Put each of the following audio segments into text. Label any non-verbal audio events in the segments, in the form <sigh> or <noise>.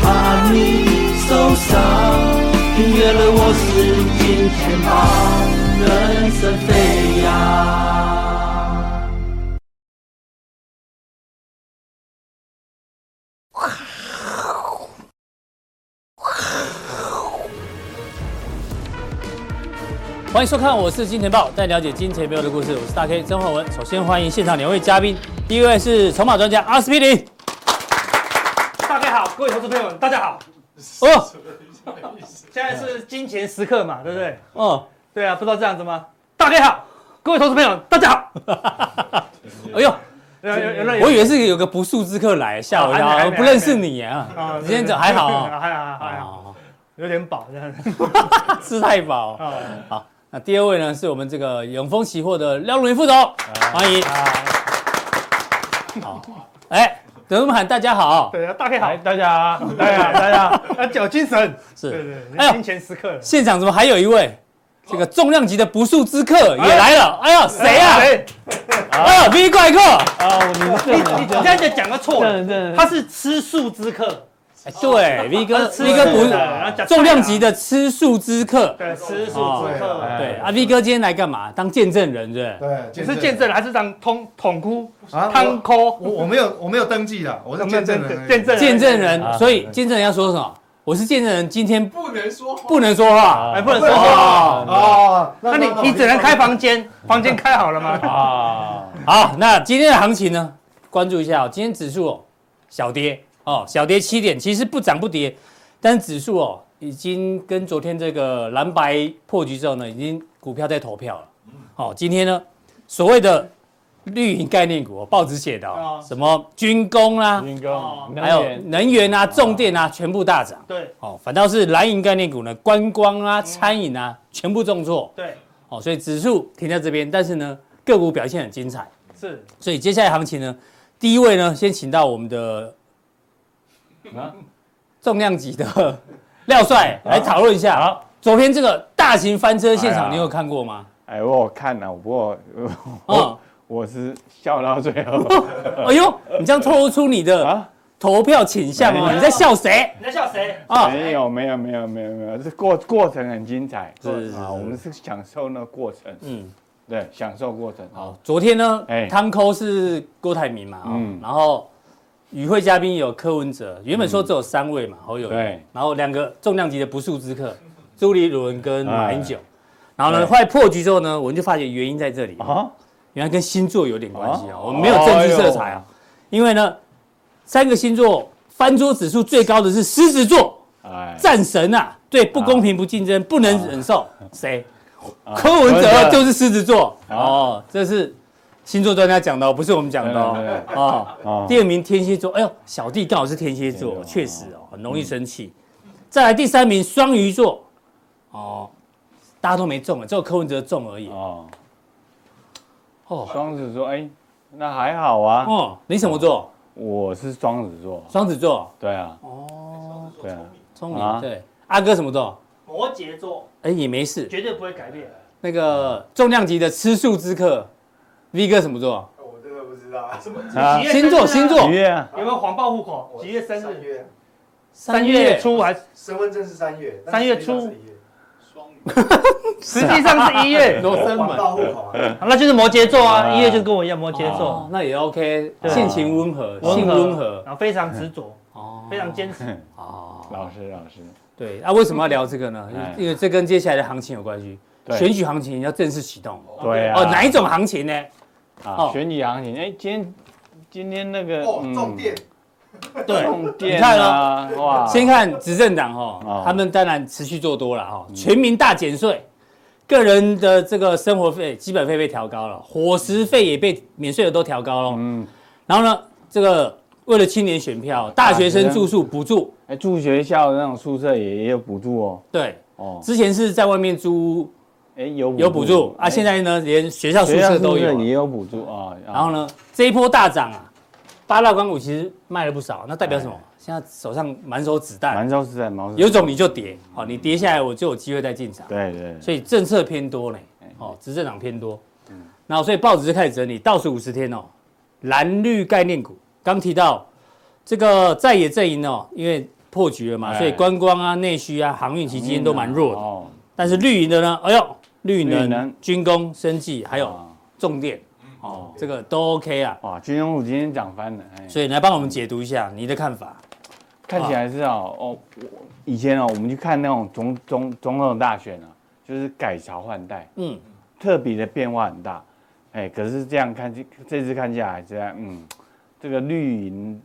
怕你受伤。原来我是今天把人生飞扬。欢迎收看，我是金钱豹，带你了解金钱背后的故事。我是大 K 曾焕文。首先欢迎现场两位嘉宾，第一位是筹码专家阿司匹林。大家好，各位投资朋友们，大家好。哦现在是金钱时刻嘛，对不对？哦，对啊，不知道这样子吗？大家好，各位投资朋友们，大家好。哎呦，有有有人我以为是有个不速之客来吓我一啊还没跳，还我没不认识你啊！你今天怎还好 <laughs> 还啊？好还好，哦有点饱这样 <laughs> 子。吃太饱。啊好，那第二位呢是我们这个永丰期货的廖如云副总，欢迎。啊好，哎，等我们喊大家好。对啊，大家好，大家好，大家好，大家好，要有精神。是，对对，哎呦对金钱时刻了。现场怎么还有一位这个重量级的不速之客也来了？哎呦，谁啊？谁？啊，V 怪客，你你你刚才讲个错了，对他是吃素之客，哎对，V 哥他是吃，V 哥素的不然后讲重量级的吃素之客，对吃素之哦客。对啊，V 哥今天来干嘛？当见证人，对不对？对，你是见证人还是当通统哭啊汤哭？我我没有我没有登记啦，我是见证人而已。见证人见证人，啊所以见证人要说什么？我是见证人，今天不能说话。不能说话。哎，不能说话。哦，哦，那你你只能开房间，房间开好了吗？啊，好，那今天的行情呢？关注一下哦，今天指数哦小跌哦，小跌七点，其实不涨不跌，但是指数哦已经跟昨天这个蓝白破局之后呢，已经股票在投票了。好、今天呢，所谓的绿营概念股、哦，报纸写的、哦哦什么军工啦、军工，还有能源啊、重电啊，全部大涨。对哦，反倒是蓝营概念股呢，观光啊、餐饮啊，全部重挫。对，哦，所以指数停在这边，但是呢，个股表现很精彩。是所以接下来行情呢，第一位呢，先请到我们的啊重量级的廖帅来讨论一下。好昨天这个大型翻车现哎场，呀你有看过吗？哎，我有看了，不过 <laughs> 哦我，我是笑到最后哎呦，你这样透露出你的啊，投票倾向没哦，有你在笑谁你在笑谁？ <laughs> 啊？没有没有没有没有没有，这过过程很精彩，是是啊，是我们是享受那个过程，嗯，对，享受过程，好，好，昨天呢哎，汤抠是郭台铭嘛，哦嗯然后与会嘉宾有柯文哲，原本说只有三位嘛，侯友宜对，然后两个重量级的不速之客，朱立伦跟马英九。然后呢，啊对后来破局之后呢，我们就发觉原因在这里，啊，哦原来跟星座有点关系啊。我们没有政治色哎彩啊，因为呢，三个星座翻桌指数最高的是狮子座，哎，战神啊，对不公平、不竞争、啊不能忍受，谁？柯文哲就是狮子座啊哦，这是星座专家讲的哦，不是我们讲的对哦对。哦，啊，第二名天蝎座，哎呦，小弟刚好是天蝎座，天蝎座确实哦，很容易生气。再来第三名双鱼座，哦，大家都没中啊，只有柯文哲中而已。哦，哦双子座，哎，那还好啊，哦，你什么座？我是双子座，双子座，对啊，哦，对啊，聪明。啊对，阿哥什么座？摩羯座哎，也没事。绝对不会改变，那个重量级的吃素之客，V 哥什么座？我真的不知道，什么啊几，月星座，生日星啊座愉，悦啊，有没有谎报户口？几月生日？月，三月初还是身份证是三月，但是实际上是双鱼，实际上是 <laughs> 一月，罗生门。到户口啊，那就是摩羯座啊，啊一月就跟我一样摩羯哦座，，那也 OK，对性情温和，性温和，然后非常执着，哦非常坚持。哦，老师老师，对，啊那为什么要聊这个呢？因为哎因为这跟接下来的行情有关系，对选举行情要正式启动。对啊，哦，哪一种行情呢？哦啊，选举行情，哎，今天今天那个哦，嗯重点，对，重电你看哦啊，哇，先看执政党哦哦，他们当然持续做多了哈，全民大减税，个人的这个生活费、基本费被调高了，伙食费也被免税额都调高了。嗯，然后呢，这个为了青年选票，大学生住宿补助，哎，住学校那种宿舍也也有补助哦，对，哦，之前是在外面租哎，有有补助啊，哎现在呢连学校宿学校舍宿都舍有也了。有补助啊，然后呢，这一波大涨啊，八大光谷其实卖了不少，那代表什么哎？现在手上满手子啊，弹，蛮州是在毛，有种你就跌，好，你跌下来我就有机会再进场。对对，所以政策偏多呢，哦，执政党偏多，然后所以报纸就开始整理，倒数五十天哦，蓝绿概念股，刚提到这个在野阵营哦，因为破局了嘛，哎所以观光啊、内需啊、航运其实今天都蛮弱的。哦，但是绿营的呢，哎呦，绿绿能、营能军工、生技还有哦重电，哦，这个都 OK 啊。哇，军用股今天涨翻了，哎，所以你来帮我们解读一下你的看法。看起来是哦哦，我以前哦，我们去看那种总总总统大选啊，就是改朝换代，嗯，特别的变化很大，哎，可是这样看起这次看下来，这样嗯，这个绿营，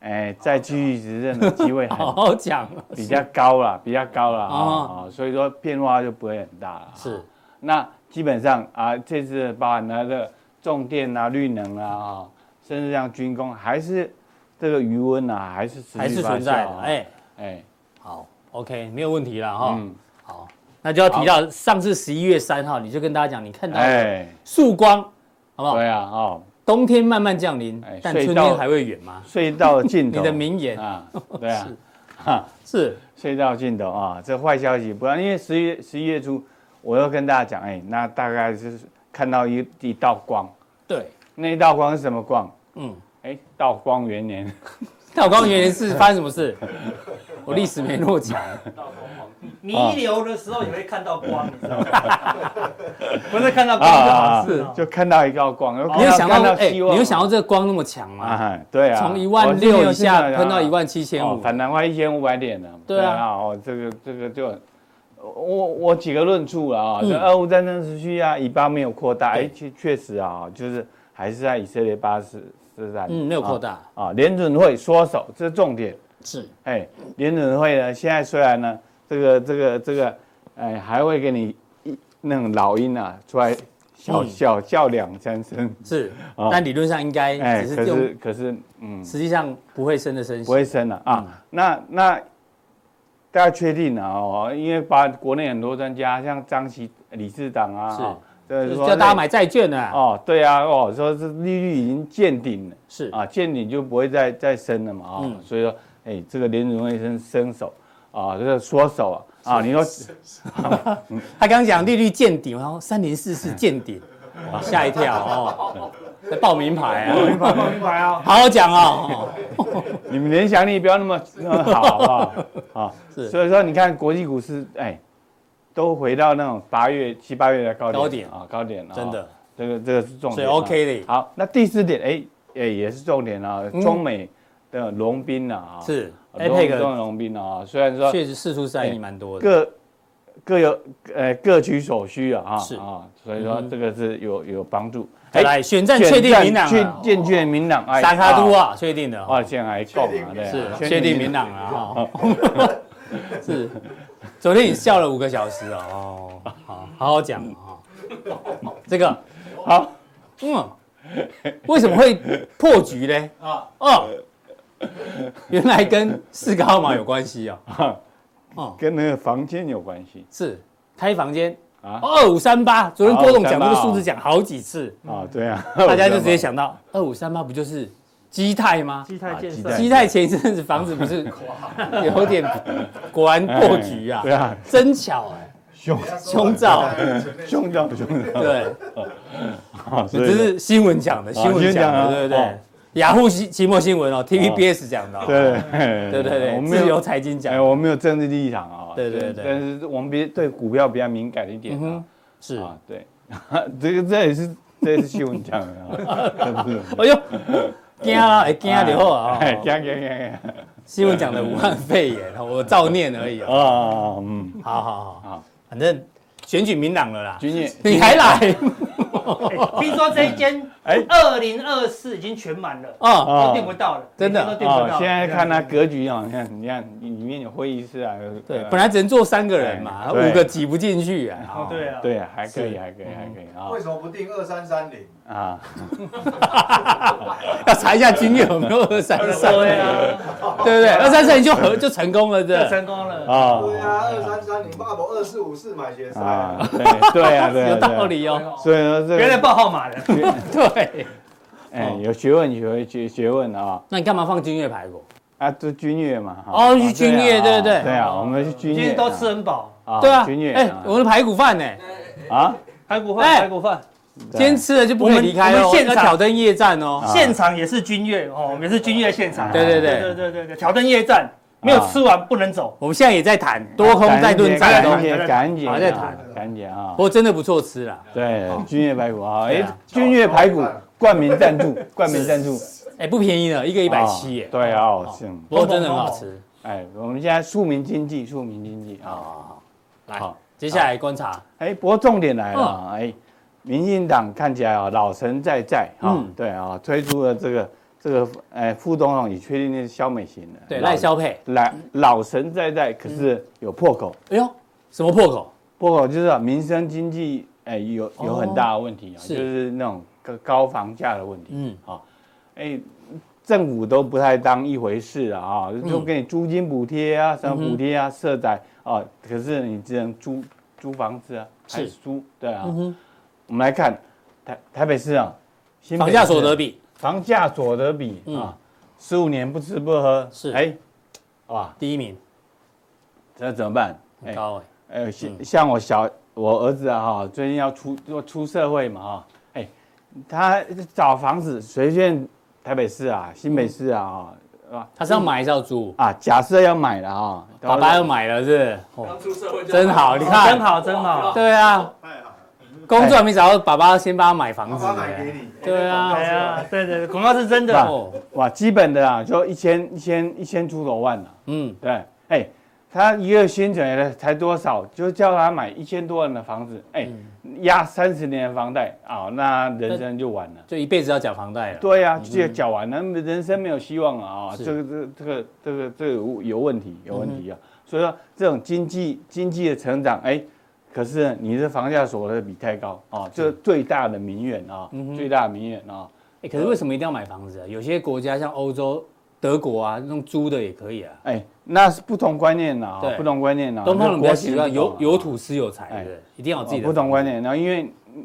哎，在区域执政的机会很好好讲啊。 <laughs> 比较高啦，比较高啦，哦啊，所以说变化就不会很大了。是，那基本上啊，这次的包含它的重电啊、绿能啊，啊甚至像军工，还是这个余温啊，还是持 <laughs> 续还是发酵啊存在的。哎，哎，好，OK，没有问题了哈。嗯，好，那就要提到上次十一月三号，你就跟大家讲，你看到哎，曙光，好不好？对啊，哦，冬天慢慢降临哎，但隧春道天还会远吗？隧道 <laughs> 尽你头，的名言啊，对 <laughs> 啊，是隧道尽头啊，这坏消息不要，因为十一月十一月初，我又跟大家讲，哎，那大概是看到一一道光，对，那一道光是什么光？嗯，哎，道光 <laughs> 元年，那我刚刚原来是发生什么 <laughs> 事？我历史没那么强，你一流的时候也会看到光，你知道吗？不是看到光就啊好事哦，就看到一道光，你有看想到哦看哎，你希望有想到这个光那么强吗？啊，对啊，从一万六以下喷到一万万七千五，啊哦反弹快一千五百点了。对啊哦，这个这个就我我几个论述了啊，嗯这俄乌战争持续啊，以巴没有扩大，对哎，确确实啊，就是还是在以色列巴斯斯坦，嗯，没有扩大，啊，联准会缩手，这是重点。是哎，联准会呢，现在虽然呢，这个这个这个，哎，还会给你一那种老鹰啊出来小嗯小叫两三声，是，啊但理论上应该哎，只可是用，是可是嗯，实际上不会升的升息，不会升了啊。嗯那那大家确定了哦，因为把国内很多专家，像张其理事长啊，是哦这就是说叫大类家买债券啊，哦，对啊，哦，说是利率已经见顶了。是啊，见顶就不会再再升了嘛啊、嗯所以说，哎，这个联准会伸伸手啊，这个缩手啊，啊，你说他刚刚讲利率见顶，然后三零四四见顶，哇 <laughs> 吓一跳 <laughs> 哦，在报名牌啊，报名牌啊， <laughs> 好好讲 <laughs> 哦，你们联想力不要那么那么好，好 <laughs> 不好？啊，是所以说你看国际股市，哎，都回到那种八月七八月的高点高点啊，高点啊，真的，这个这个是重点啊，所以 OK 的，好，那第四点，哎，也也是重点啊，嗯中美的龙兵啊，啊是中美 APEC 中的龙兵啊，虽然说确实四出三意蛮多的，各各有呃各取所需啊啊是啊，所以说嗯哼这个是有有帮助。哎再来选战确定明朗确了，渐确明朗，哎沙卡都，啊确定的啊，哦，现在还够啊，对啊，是确定明朗了哈， <laughs> 是，昨天你笑了五个小时哦，哦好好好讲哦，这个好，嗯，为什么会破局呢？啊，哦，原来跟四个号码有关系哦。跟那个房间有关系是开房间啊二五三八，昨天郭董讲这个2538数字讲好几次，啊，对啊，嗯大家就直接 <laughs> 想到二五三八不就是基泰吗？基泰建基设泰，基泰前一阵子房子不是有点果然破局啊哎，对啊，真巧哎，凶胸罩凶到凶到，对，啊所以这是新闻讲的，嗯啊新闻讲新闻讲啊的，对不对哦？雅虎期期末新闻哦，TVBS 讲的哦，对对对对对，我没自由有财经讲哎，的，我没有政治立场啊，对对对但是我们比对股票比较敏感一点嗯啊哼，，是。啊，对， <laughs> 这个这也是这也是新闻讲的啊，这不是哎呦，惊啦，会惊就好啊。哎， <laughs> 哦 <laughs> 讲讲讲讲新闻讲的武汉肺炎，我照念而已哦。啊，嗯，好好好好，反正选举明朗了啦。 <laughs> 君姐，你还来？ <laughs> 听说这一间哎二零二四已经全满了，哦，都啊订不到了，真的每天都订不哦到。，现在看它格局啊，你看，你看里面有会议室啊，有对，呃本来只能坐三个人嘛，啊哎对五个挤不进去啊。哦，对啊，对，还可以，是还可以，还可以为什么不定二三三零？啊啊，要查一下经验有没有二三三，对啊，对不对？二三三你就合就成功了，这这成功了。对啊啊，二三三零，爸爸二四五四买鞋塞啊啊，，对对啊，对啊，有道对啊。理哦。所以说这别再个，报号码了，对，哎，有学问，学问学学问啊，那你干嘛放君越排骨？啊，这军乐嘛，哈哦去军乐啊对对对啊，我们去军今乐，天都吃啊很饱，啊，对啊军乐，，哎，我们的排骨饭呢？啊，排骨哎饭，排骨饭，对今天吃了就不可以离开我们哦，我们现要场挑灯夜战哦。啊现场也是军乐哦，我们也是军乐现场。啊对对对对对对对，挑灯夜战，没有吃完不能走。我们现在也在谈多空感在恩节论战感恩中，节，感恩节还啊，在谈感恩节啊不。过真的不错吃啦。对，君悦排骨啊，对哎啊，君悦排骨冠名赞助，冠名赞助，哎，不便宜呢，一个一百七耶啊。对啊，哦是，不过真的很好吃。哎，我们现在庶民经济，庶民经济啊。好，来好，接下来观察，哎，不过重嗯点来了啊，哎，民进党看起来啊老神在在啊嗯，对啊，推出了这个这个哎副总统已确定那是萧美琴了，对老赖萧配，老老神在在，可是有破口，哎呦，什么破口？破口就是啊民生经济哎有有很大的问题啊，哦是就是那种高高房价的问题，嗯，哎，政府都不太当一回事啊，啊嗯就给你租金补贴啊，什么补贴啊，社宅啊，可是你只能租租房子啊，是还租对啊。嗯哼我们来看台台北市啊，新北房市价所得比房价所得比嗯啊，十五年不吃不喝是哎，哇，第一名，这怎么办？很哎高哎，哎，像像我小我儿子啊哈，最近要出要出社会嘛哈，哎，他找房子随便台北市啊、新北市啊啊。啊他是要买还是要租？啊，假设要买了啊，爸爸要买了是不是？哦刚出社会就真好，你看，真好，真好。对啊，太好了，工作还没找到，爸爸先帮他买房爸子。爸买给你。对啊哎呀，对对，对广告是真的。哦，哇，基本的啊，就一千一千一千出头万了、嗯，对，哎，他一个薪水才多少，就叫他买一千多万的房子，哎，嗯压三十年的房贷啊、那人生就完了。就一辈子要缴房贷了。对呀、啊，就缴完了，那人生没有希望了啊、嗯是嗯这个这个这个这个这个有有问题，有问题啊。所以说这种经济经济的成长，哎，可是呢你的房价所得比太高啊、这是最大的民怨啊、嗯最大的民怨啊、哎，可是为什么一定要买房子啊？有些国家像欧洲、德国啊，那种租的也可以啊。哎，那是不同观念呐、对不同观念呐、东方人比较这习啊国惯情不有同啊有土司有财，哎对不对？一定要有啊自己哦的。不同观。念，然后因为你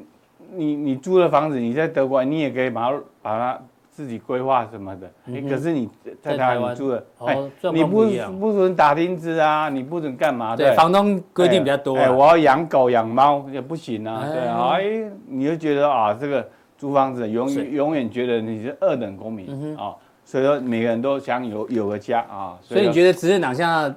你你租了房子，你在德国，你也可以把它把它自己规划什么的。哎，可是你在嗯在台台湾湾你租了，哦哎，状你况不不一样不准打钉子啊，你不准干嘛？对，房东规定比较多啊。哎，我要养狗养猫也不行啊，哎对啊，哎，你就觉得啊，这个租房子永是嗯远永远觉得你是二等公民啊，所以说每个人都想有有个家啊，所以说你觉得执政党像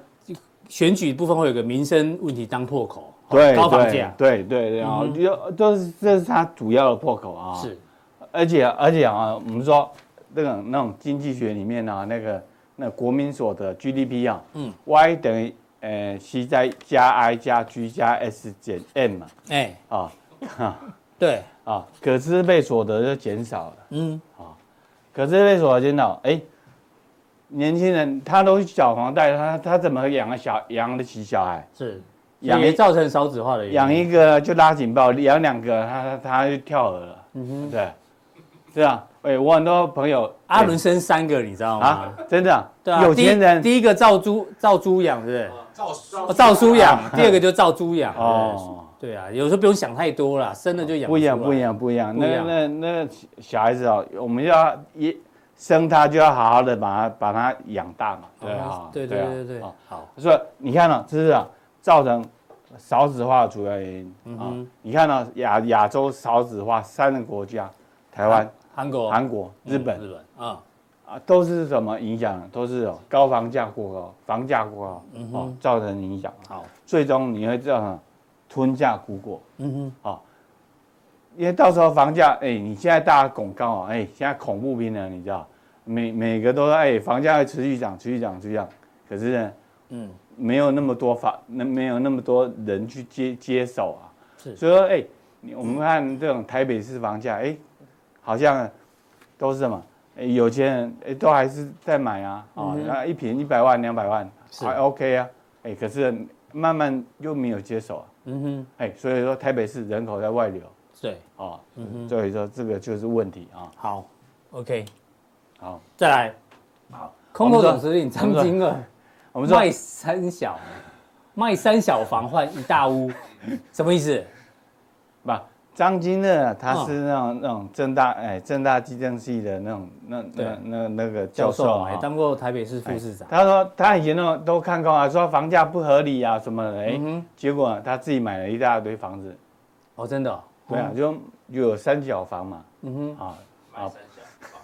选举部分会有个民生问题当破口，对，高房对价嗯对对对啊，就都是这是它主要的破口啊。，哦是而且而且啊，我们说那个那种经济学里面啊，那个那国民所得 GDP 啊，嗯嗯，Y 等于呃 C 再加 I 加 G 加 S 减 M 嘛哎，啊对，啊，可支配所得就减少了，嗯，可支配所得减少，哎。年轻人他都缴房贷，他他怎么养个小养得起小孩？是，养也一造成少子化的原因养一个就拉警报，养两个他他他就跳河了，嗯对，是啊，哎、我很多朋友阿伦生三个，你知道哎吗啊？，真的、啊，对啊，有钱人第一第一个照猪照猪养，对赵不赵对？照书养，第二个就照猪养。哦啊哦，对啊，有时候不用想太多啦，生了就养。不一样，不一。样，不一样。不一那样那那小孩子哦，我们要一生他就要好好的把他把他养大嘛，对啊哦，对对啊对对对哦，好，所以你看啊，这是啊，造成少子化的主要原因啊。嗯哼你看啊，亚亚洲少子化三个国家，台湾、韩国、韩国、嗯日本。日本啊，啊，都是什么影响？都是哦，高房价过高，房价过高，哦，造成影响。嗯好，最终你会造成吞价股果，嗯哼，因为到时候房价，哎，你现在大家恐高啊，哎，现在恐怖兵呢，你知道，每每个都说，哎，房价会持续涨，持续涨，持续涨。可是呢，嗯，没有那么多法，那没有那么多人去接接手啊。是所以说，哎，你我们看这种台北市房价，哎，好像都是什么？哎有钱人哎，都还是在买啊，啊、那一平一百万、两百万，嗯是还 OK 啊，哎，可是慢慢又没有接手啊，嗯哼，哎，所以说台北市人口在外流对，啊，嗯所以说这个就是问题啊。好，OK，好，再来，好，空头总司令我张们说金二。我们说卖三小，卖三小房换一大 <laughs> 屋，什么意思？不，张金乐啊他嗯是那种、那种正大哎正大计政系的那种那对那那那个教教授授啊哎啊，也当过台北市副市长。他说他以前都都看过啊，说房价不合理啊什么的，哎、嗯哼结果啊他自己买了一大堆房子，哦，真的哦，对啊，就就有三角房嘛，嗯哼，啊，买三小，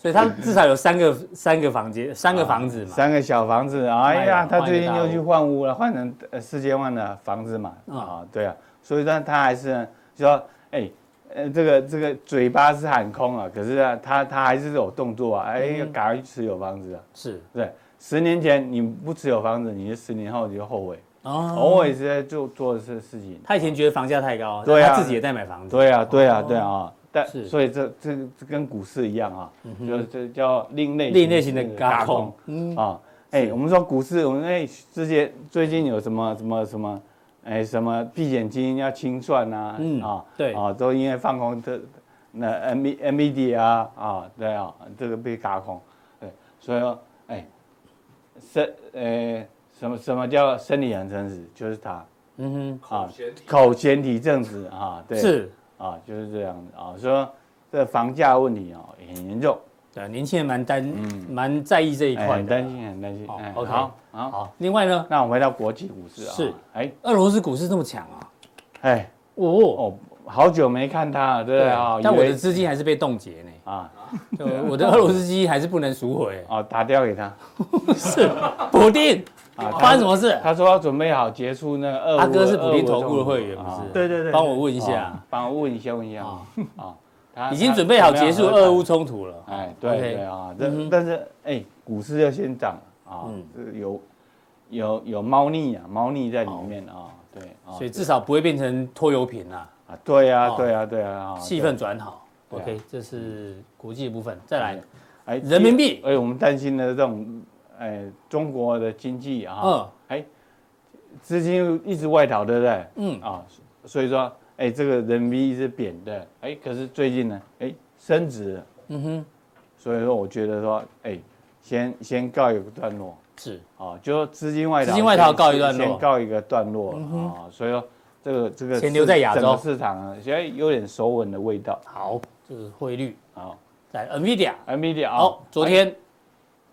所以他至少有三 <laughs> 个三个房间，三个房子嘛。啊三个小房子，哎呀，卖了他最近换一个大又屋去换屋了，换成呃四千万的房子嘛，嗯啊，对啊，所以呢，他还是就说，哎，呃，这个这个嘴巴是喊空啊，可是啊，他他还是有动作啊，哎，嗯要赶快去持有房子啊，是对，十年前你不持有房子，你就十年后你就后悔，哦，我也是在做做的事事情，啊他以前觉得房价太高，对啊他自己也在买房子。对啊，对啊，对啊啊，但哦是嗯所以这这这跟股市一样啊，就这叫另类另类型的轧嘎空，嗯，啊，哎，我们说股市，我们哎，这些最近有什么什么什么，哎，什么避险基金要清算呐，嗯啊，对啊，都因为放空这那 M M E D 啊，啊，对啊，这个被嘎空，对，所以说，哎，生，哎，什么什么叫生理很诚实，就是它嗯啊口嫌体，口嫌体正直啊，哼，对，是，啊，就是这样子啊，所以说这房价问题啊很严重，对，啊年轻人蛮担蛮在意这一嗯哎块很的。担心，很担心，好哎， ，OK 好，好。好，另外呢，那我们回到国际股市啊，是，哎俄罗斯股市这么强啊，哎哦，哦，好久没看它了，对不对啊？但以我为的资金还是被冻结 <laughs> 呢，啊就我的俄罗斯基金还是不能赎 <laughs> 回，哦打掉给他，是补丁 <laughs> 啊发生什么事？他说要准备好结束那个二。阿哥是补丁投顾的会员，不啊是？对对对帮我问一一下，，哦帮我问一下问一下啊啊啊，他已经准备好结啊束俄乌。冲突他了，他哎，对 OK 对啊，嗯哼这但是哎，股市要先涨啊嗯，这有有有猫腻啊，猫腻在里面啊，对啊哦所以至少不会变成拖油瓶啦，啊，对哦啊，对啊，对啊，啊气对氛转好。对啊 OK，这是国际的部分，再来嗯，哎人民币哎，我们担心的这种，哎，中国的经济啊，嗯哎，资金一直外逃，对不对？嗯啊，所以说，哎，这个人民币一直贬的，哎，可是最近呢，哎，升值了，嗯哼，所以说我觉得说，哎，先先告一个段落是啊，就说资金外逃，资金外逃先告一段落嗯先告一个段落啊，所以说这个这个钱留在市亚洲整个市场啊，现在有点手稳的味道好，这是汇率，啊。在 NVIDIA， NVIDIA 啊好，昨天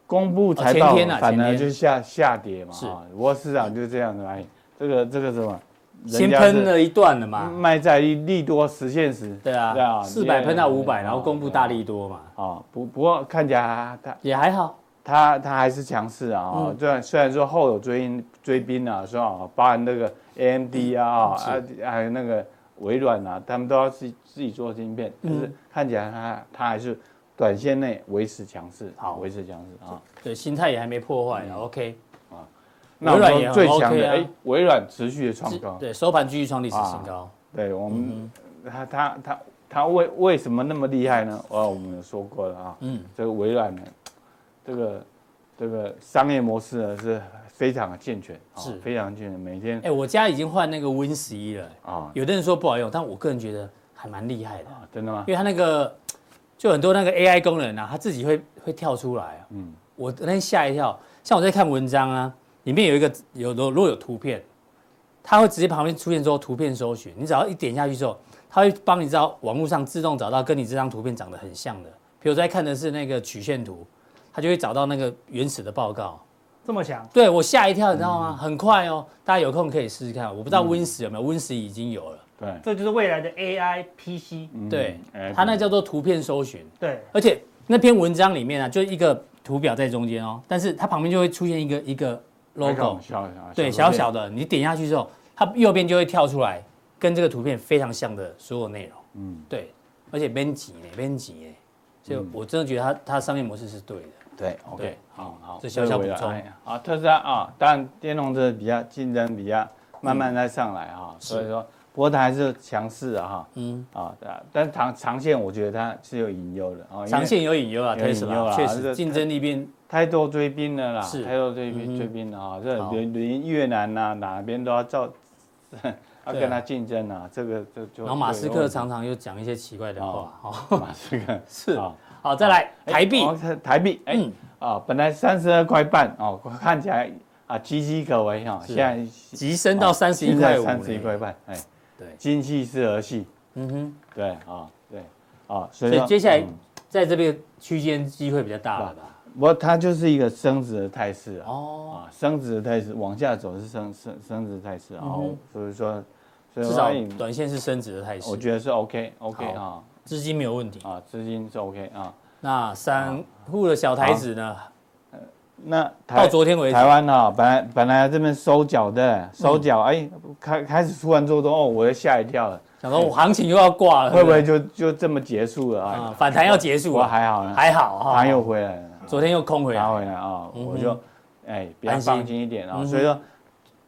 公布财报，哦前天啊反前而天就下下跌嘛。是啊，不过市场就是这样的，哎，这个这个什么，先人家是喷了一段了嘛，卖在利多实现时，对啊，四百喷到五百，然后公布大力多嘛，哦啊，不不过看起来它也还好，它它还是强势啊嗯，虽然虽然说后有追兵追兵啊，说啊，包含那个 AMD 啊，啊嗯是还有那个微软啊，他们都要自己自己做晶片，但嗯是看起来它它还是短线内维持强势，好维持强势啊。对，心态也还没破坏啊，OK，那我微软们也很说最强 OK 的啊哎，微软持续的创是高，对，收盘继续创历史新高，对我们，嗯他他他他为为什么那么厉害呢？哦，我们有说过了啊，嗯，这个微软呢，这个这个商业模式呢是非常的健全，啊是非常健全，每天哎，我家已经换那个 Win 十一了，啊有的人说不好用，但我个人觉得还蛮厉害的，啊，真的吗因？为它那个就很多那个 AI 功能啊，它自己会会跳出来啊。嗯我那天吓一跳，像我在看文章啊，里面有一个有如果有图片，它会直接旁边出现说图片搜寻，你只要一点下去之后，它会帮你知道网络上自动找到跟你这张图片长得很像的。比如我在看的是那个曲线图，它就会找到那个原始的报告。这么强，对我吓一跳，你知道嗯吗？很快哦，大家有空可以试试看。我不知道 Win 十有没有，Win 十已经有了。对，这就是未来的 AI PC。嗯对哎，它那叫做图片搜寻。对，而且那篇文章里面啊，就一个图表在中间哦，但是它旁边就会出现一个一个 logo，小对，小小的，你点下去之后，它右边就会跳出来跟这个图片非常像的所有内容，嗯对，而且编辑呢，编辑呢，所以我真的觉得它它商业模式是对的，对对，OK，好好，这小小补充微软哎啊，特斯拉啊，当然电动车比较竞争比较慢慢在上来啊，所以说不过它还是强势啊哈。嗯，啊，对啊但长长线我觉得它是有隐忧的啊，因为长线有隐忧啊有隐忧，Tesla 啦确这实个竞争力变太多追兵了啦是，太多追嗯哼兵追兵了啊，这好连连越南呐、哪边都要 <laughs> 照，要跟他竞争啊，这个这就然后马斯这个克问题常常又讲一些奇怪的话，哦，马斯克是啊 <laughs> 好，再来哎台币，哦台台币哎嗯，啊，本来三十二块半哦，看起来啊岌岌可危哈，是现在急升到三十一块五，哦三十一块，半，哎，对经济是儿戏，嗯哼。对啊，对啊，所所以说接下来嗯啊在这边区间机会比较大了吧？不过它就是一个升值的态势啊。哦，啊，升值的态势往下走是升升升值态势啊，嗯哼所以说，所以至说少哎短线是升值的态势，我觉得是 OK OK 啊资金没有问题。啊，资金是 OK 啊，那散户的小台子呢，那到台昨天为止嗯台，湾哈、本来本来这边收脚的，收脚，哎、开开始突然做多，哦，我又吓一跳了，想说我行情又要挂了，会不会呃对就就这么结束了啊？啊反弹要结束我了？还好呢，还好哈，它又回来了，昨天又空回它来，回来啊，嗯哼我就哎比较安心放心一点啊、嗯哼所以说，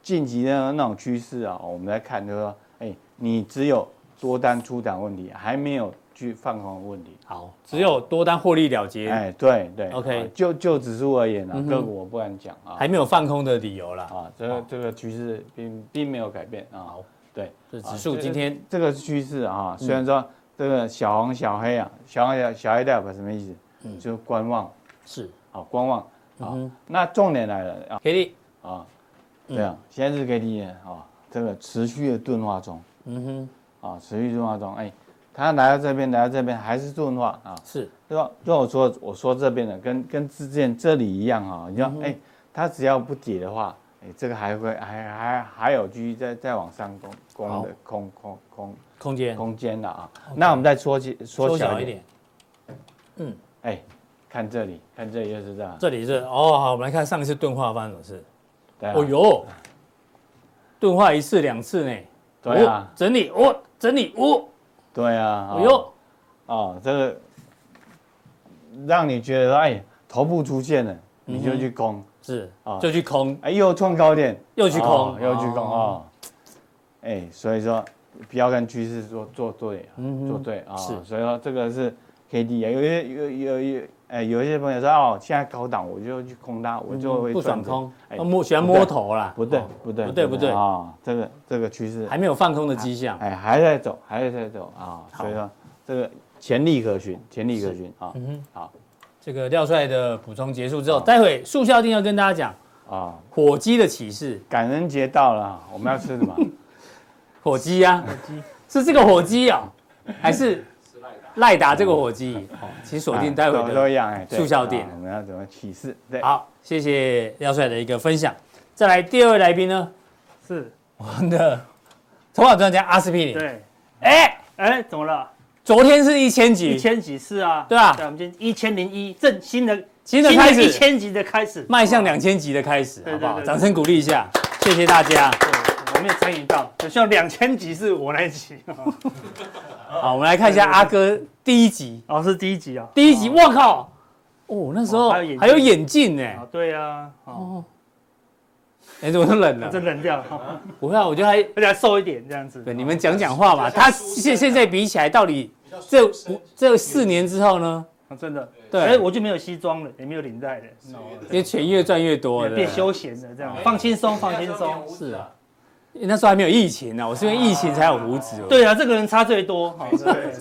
近期的那种趋势啊，我们来看就是说，哎，你只有多单出档问题，还没有去放空的问题。好，只有多单获利了结，哎，对对 OK 啊就就指数而言呢、嗯哼啊个股我不敢讲啊，还没有放空的理由啦。啊，这个这个趋势并并没有改变啊。对，这啊指数今天嗯这个趋势啊，虽然说这个小红小黑啊，小红小小黑代表什么意思？就观望嗯是，啊，观望嗯啊。哼那重点来了啊 k D，啊，嗯对啊，现在是 K D 啊，这个持续的钝化中嗯哼，啊，持续钝化中，哎。它来到这边，来到这边还是钝化啊，是，对吧？就我说，我说这边的跟跟之前这里一样啊，你嗯看，哎、它只要不跌的话，哎、这个还会还还还有继续再再往上攻攻好的空空空空间空间的啊。那我们再缩起缩缩小小一一点，点，哎、看这里，看这里就是这样，这里是哦，好，我们来看上一次钝化发生什么事。对啊，哦哟，钝化一次两次呢，对啊哦，整理哦，整理哦，对啊，哦哟，哦，这个让你觉得哎，头部出现了，你嗯就去攻，是啊，就去空，哎、又创高点，又去哦空，又去攻哦，哎、所以说不要跟趋势做做对啊，嗯做哼，对啊，是所以说这个是 K D 啊，有些有有有哎、有一些朋友说哦，现在高档我就去空它，我就会嗯不爽赚钱空，哎哦摸喜欢摸头啦，不对哦，不对，不对不对啊，这个这个趋势还没有放空的迹象。哎还在走，还在走啊，好所以说这个潜力可循，潜力可循啊嗯哼，好这个廖帅的补充结束之后，哦待会速效一定要跟大家讲啊，火鸡的启示，感恩节到了，我们要吃 <laughs> 什么？火鸡呀，是这个火鸡哦，还是赖达这个火鸡？哦，请锁定待会啊都都的一样哎，对速效店啊我们要怎么启示？对，好，谢谢廖帅的一个分享。再来第二位来宾呢， <laughs> 是，我们的筹码专家阿司匹林。对，哎，哎，怎么了？昨天是一千一集，千几次啊？对啊对，我们今天一千零一，正新的新的开一始，千集的开始，迈向两千集的开始，对好不好？对对对掌声鼓励一下，谢谢大家。对，我们也参与到，就像两千集是我那 <laughs> 一集，好，我们来看一下阿哥第一集，哦，是第一集啊，第一集，我靠，哦，那时候哦还有眼镜还有眼镜呢，啊，对啊，哦，哎，怎么都冷了？这冷掉了，哦不会啊，我觉得还而且还瘦一点这样子，对，你们讲讲话嘛。他现现在比起来，到底这五这四年之后呢？啊真的，哎，对，我就没有西装了，也没有领带了，因为钱越赚越多变的。休闲了，这样放轻松，放轻松。是啊，那时候还没有疫情呢，我是因为疫情才有胡子。对啊，这个人差最多，哈，对，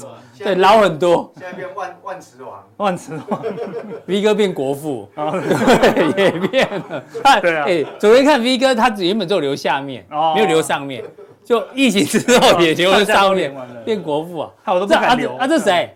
对，老很多，现在变万万磁王，万磁王， V 哥变国父，对，也变了。看，哦 <laughs> 对啊哎，昨天看 V 哥，他原本只有留下面，哦没有留上面，就疫情之后也留了上面大家都变完了，变国父啊。 <laughs> 看我都不这啊敢这留啊这？谁？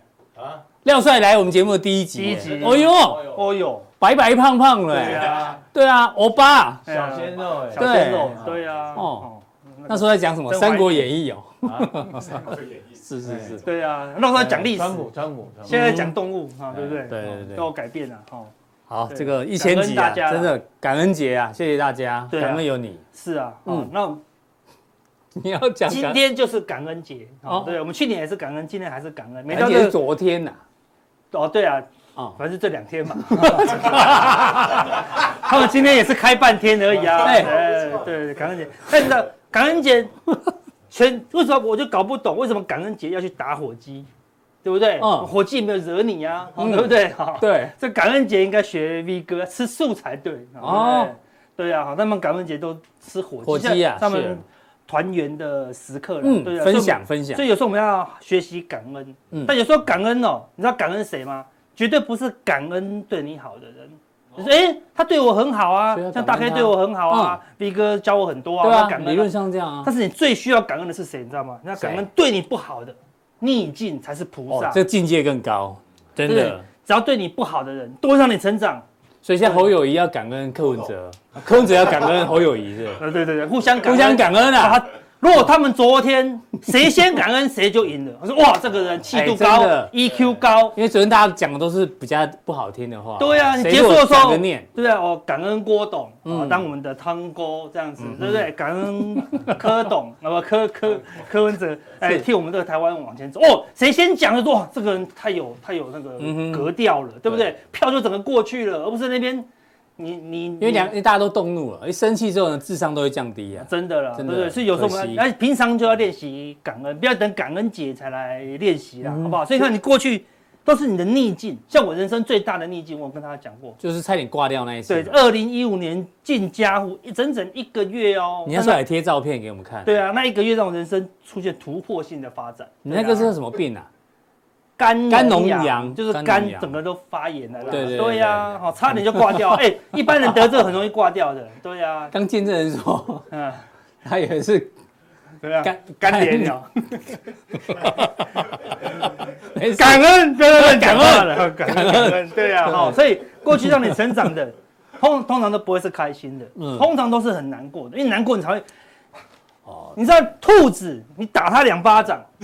廖帅来我们节目的第一集，第一集哦呦，哦哟，白白胖胖了，对哎啊，对啊，欧巴，小鲜肉哎小鲜肉，对啊，哦哦，那时候在讲什么《真怀三念国演义》哦， <laughs> 是是是是，对啊，那时候在讲历史，川普川普川普现在在讲动物啊，对不对？嗯对对对都有改变了，哦，好，对这个一千集感啊，恩大家真的感恩节啊，谢谢大家，对啊感恩有你， <laughs> 是啊，嗯嗯，那你要讲今感天就是感恩节，哦哦，对，我们去年也是感恩，今年还是感恩，每而到且是这个昨天啊呐，哦，对啊，哦反正就这两天嘛， <laughs> 他们今天也是开半天而已啊， <laughs> 哎哎，对对，感恩节，但是呢，感恩节 <laughs> 全为什么我就搞不懂，为什么感恩节要去打火鸡，对不对？嗯火鸡也没有惹你啊，嗯对不对？哈，对，这感恩节应该学 V 哥吃素才对哦哦。对啊，好，他们感恩节都吃火鸡，火鸡啊像他是们团圆的时刻了，嗯对，啊，分所以我享分们。享所，以有时候我们要学习感恩，嗯但有时候感恩哦，你知道感恩谁吗？绝对不是感恩对你好的人。你说，哎，他对我很好啊哦所以要，像感大恩啊 K 对我很好啊，V 哥教我很多啊，对我要啊，感理恩论啊。上这样啊但，是你最需要感恩的是谁，你知道吗？你要感恩谁对你不好的逆境才是菩哦萨，这境界更高，真对的。只要对你不好的人，都会让你成长。所以现在侯友谊要感恩柯文哲，柯文哲要感恩侯友谊是不是， <laughs> 呃，对对对，互相感互恩相感恩啊，啊，如果他们 <laughs> 昨天谁先感恩谁就赢了。我说哇，这个人气度高哎真的，EQ 高，因为昨天大家讲的都是比较不好听的话。对啊，你谁结束的时讲候，个对念，不对？哦，感恩郭董啊嗯，当我们的汤哥这样子，对不对？感恩柯 <laughs> 董，那么柯柯柯文哲，哎，是替我们这个台湾往前走。哦，谁先讲就说哇，这个人太有太有那嗯哼个格调了，对不对？票就整个过去了，而不是那边你你因因为两因为大家都动怒了，一生气之后呢，智商都会降低啊。真的啦，对真不的对？所以有时候我可们惜哎，平常就要练习感恩，不要等感恩节才来练习嗯啦，好不好？所以看你过去都是你的逆境，像我人生最大的逆境，我有跟大家讲过。就是差点挂掉那一次对，嘛。二零一五年进家户一整整一个月哦。你那时候还贴照片给我们看。对啊，那一个月让我人生出现突破性的发展。你对那啊个是什么病啊？肝肝脓痒，疡就是肝肝脓疡整个都发炎了啦。对对对对呀，好，差点就 <laughs> 挂掉。哎，一般人得这个很容易挂掉的。对呀，刚见证人说 <laughs> 嗯，他以为是对啊，肝肝炎了， <laughs> 没事感恩，感恩，感感恩恩，感恩，感恩，对呀，好，所以过去让你成长的， <laughs> 通通常都不会是开心的，嗯通常都是很难过的，因为难过你才会。你知道兔子，你打它两巴掌 <laughs>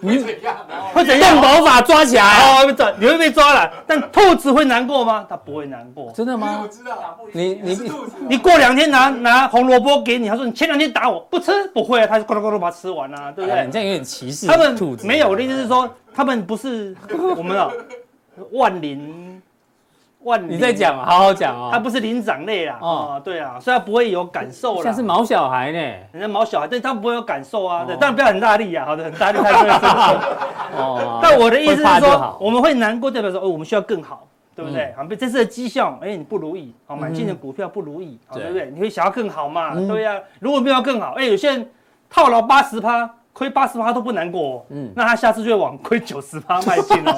怎样？然后会怎样用？毛发抓起来。哦，被抓，你会被抓了。但兔子会难过吗？它不会难过。真的我吗？知道，你你是兔子哦，你过两天拿拿红萝卜给你，他说你前两天打我不吃，不会啊，他就咕噜咕噜把它吃完啊，对不哎你对？这样有点歧视他们兔子。没有，我的意思是说，他们 <laughs> 不是我们啊，万灵万灵，你在讲，好好讲哦。他不是灵长类啦，哦哦，对啊，所以他不会有感受啦像是。毛小孩呢。人家毛小孩，但他不会有感受啊，对，哦当然不要很大力啊，好的，很大力他就会生气。哦 <laughs> 但我的意思会是怕就说好，嗯我们会难过，代表说，哦，我们需要更好，对不对？好，比如这次的绩效，哎，你不如意，好，买进的股票不如意，好，对对不对？你会想要更好嘛？嗯对呀，如果没有更好，哎，有些人套牢八十趴，亏八十趴都不难过，嗯嗯，那他下次就会往亏九十趴迈进 <laughs> 哦，